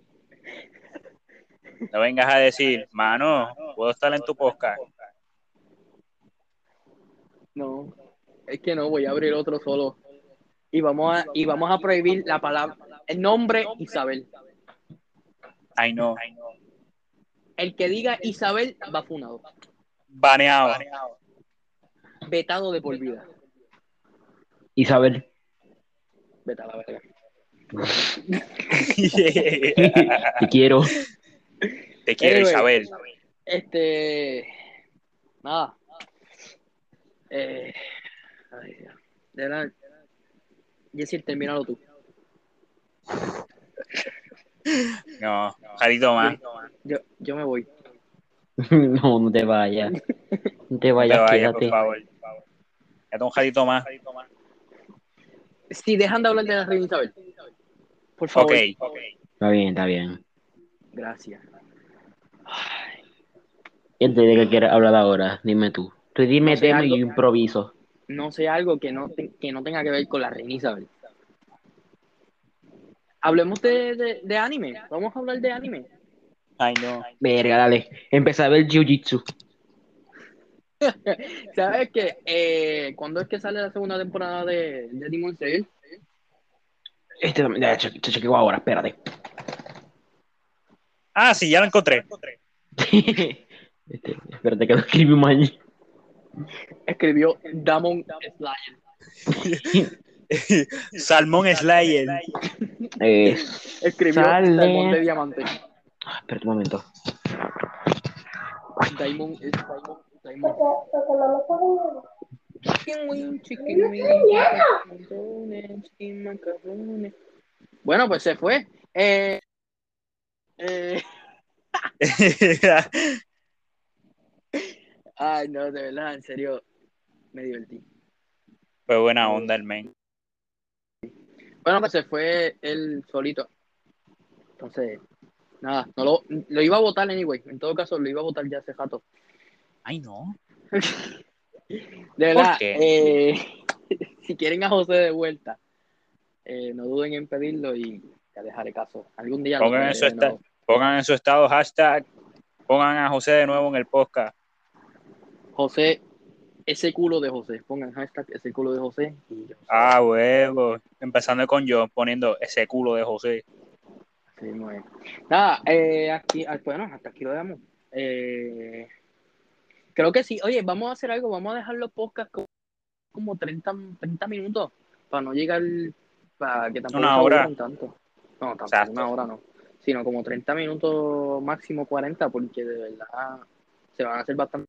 Speaker 3: No vengas a decir, mano, puedo estar en tu podcast.
Speaker 1: No, es que no, voy a abrir otro solo. Y vamos a, y vamos a prohibir la palabra, el nombre Isabel.
Speaker 3: Ay, no.
Speaker 1: El que diga Isabel va funado,
Speaker 3: Baneado.
Speaker 1: vetado de por vida.
Speaker 2: Isabel. *laughs*
Speaker 1: Vete a la verga.
Speaker 3: *laughs*
Speaker 2: Te quiero. *laughs*
Speaker 3: Te quiero,
Speaker 1: Anyway.
Speaker 3: Isabel.
Speaker 1: Este, nada. Eh, ay, Dios. de verdad, Jessy, termínalo tú.
Speaker 3: No, Jarito más.
Speaker 1: Yo, yo me voy.
Speaker 2: No, no te vayas. No te
Speaker 3: No te
Speaker 2: vayas,
Speaker 3: vayas, por
Speaker 2: quédate.
Speaker 3: favor. Quédate un jarito más.
Speaker 1: Si dejan de hablar de la reina Isabel, por favor.
Speaker 3: Ok.
Speaker 2: Está bien, está bien.
Speaker 1: Gracias.
Speaker 2: ¿Y Este, de qué quieres hablar ahora? Dime tú. Tú dime
Speaker 1: No sé,
Speaker 2: tema y
Speaker 1: algo-
Speaker 2: yo improviso.
Speaker 1: no sea algo que no, te- que no tenga que ver con la reina Isabel. Hablemos de, de- de anime. Vamos a hablar de anime.
Speaker 3: Ay, no.
Speaker 2: Verga, dale. Empecé a ver Jiu-Jitsu.
Speaker 1: ¿Sabes qué? Eh, ¿Cuándo es que sale la segunda temporada de, de Demon Slayer?
Speaker 2: Este también. Ya, che- che- chequeo ahora, espérate. *laughs*
Speaker 3: Ah, sí, ya lo encontré. *laughs*
Speaker 2: Este, espérate que lo escribí mal.
Speaker 1: Escribió Damon Slayer.
Speaker 3: Salmón Slayer. *laughs*
Speaker 2: Eh,
Speaker 1: Escribió
Speaker 2: Sale.
Speaker 1: Salmón de Diamante.
Speaker 2: ah, espérate un momento.
Speaker 1: Diamond es Diamond. Diamond. Chicken wing, chicken wing, macarrones, chicken macarrones. Bueno, pues se fue. Eh, eh, ay, no, de verdad, en serio, me divertí.
Speaker 3: Fue buena onda el men.
Speaker 1: Bueno, pues se fue él solito. Entonces, nada, no lo, lo iba a votar anyway. En todo caso, lo iba a votar ya hace rato.
Speaker 3: Ay, no.
Speaker 1: De verdad,
Speaker 3: qué?
Speaker 1: eh, *laughs* si quieren a José de vuelta, eh, no duden en pedirlo y ya les haré caso. Algún día lo
Speaker 3: Pongan
Speaker 1: traeré
Speaker 3: eso
Speaker 1: de
Speaker 3: está-
Speaker 1: nuevo.
Speaker 3: Pongan en su estado hashtag, pongan a José de nuevo en el podcast.
Speaker 1: José, ese culo de José. Pongan hashtag ese culo de José. Y yo,
Speaker 3: Ah, huevo. Empezando con yo, poniendo ese culo de José.
Speaker 1: sí, muy bien. Nada, eh, aquí, ah, bueno, hasta aquí lo dejamos. Eh, creo que sí. Oye, vamos a hacer algo. Vamos a dejar los podcasts como, como 30, 30 minutos para no llegar, para que tampoco
Speaker 3: Una
Speaker 1: se
Speaker 3: hora.
Speaker 1: aburran tanto. No, tampoco
Speaker 3: Exacto.
Speaker 1: una hora no. Sino como 30 minutos, máximo 40, porque de verdad se van a hacer bastante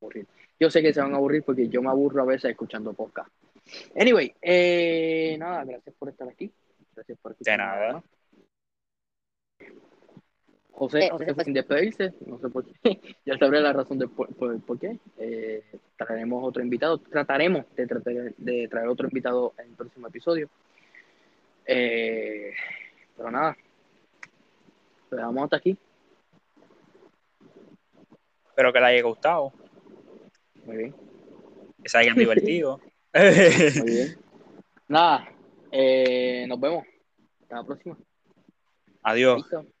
Speaker 1: aburrir. Yo sé que se van a aburrir porque yo me aburro a veces escuchando podcast. Anyway, eh, nada, gracias por estar aquí. Gracias por escuchar.
Speaker 3: nada.
Speaker 1: José,
Speaker 4: Eh,
Speaker 1: José
Speaker 4: José,
Speaker 1: fue sin despedirse, no sé por qué, *laughs* ya sabré la razón de por, por- por qué. Eh, traeremos otro invitado, trataremos de, tratar- de traer otro invitado en el próximo episodio. Eh, pero nada, lo dejamos hasta aquí.
Speaker 3: Espero que le haya gustado,
Speaker 1: Muy bien,
Speaker 3: que se hayan divertido. *laughs*
Speaker 1: muy bien. Nada, eh, nos vemos. Hasta la próxima.
Speaker 3: Adiós.
Speaker 1: Listo.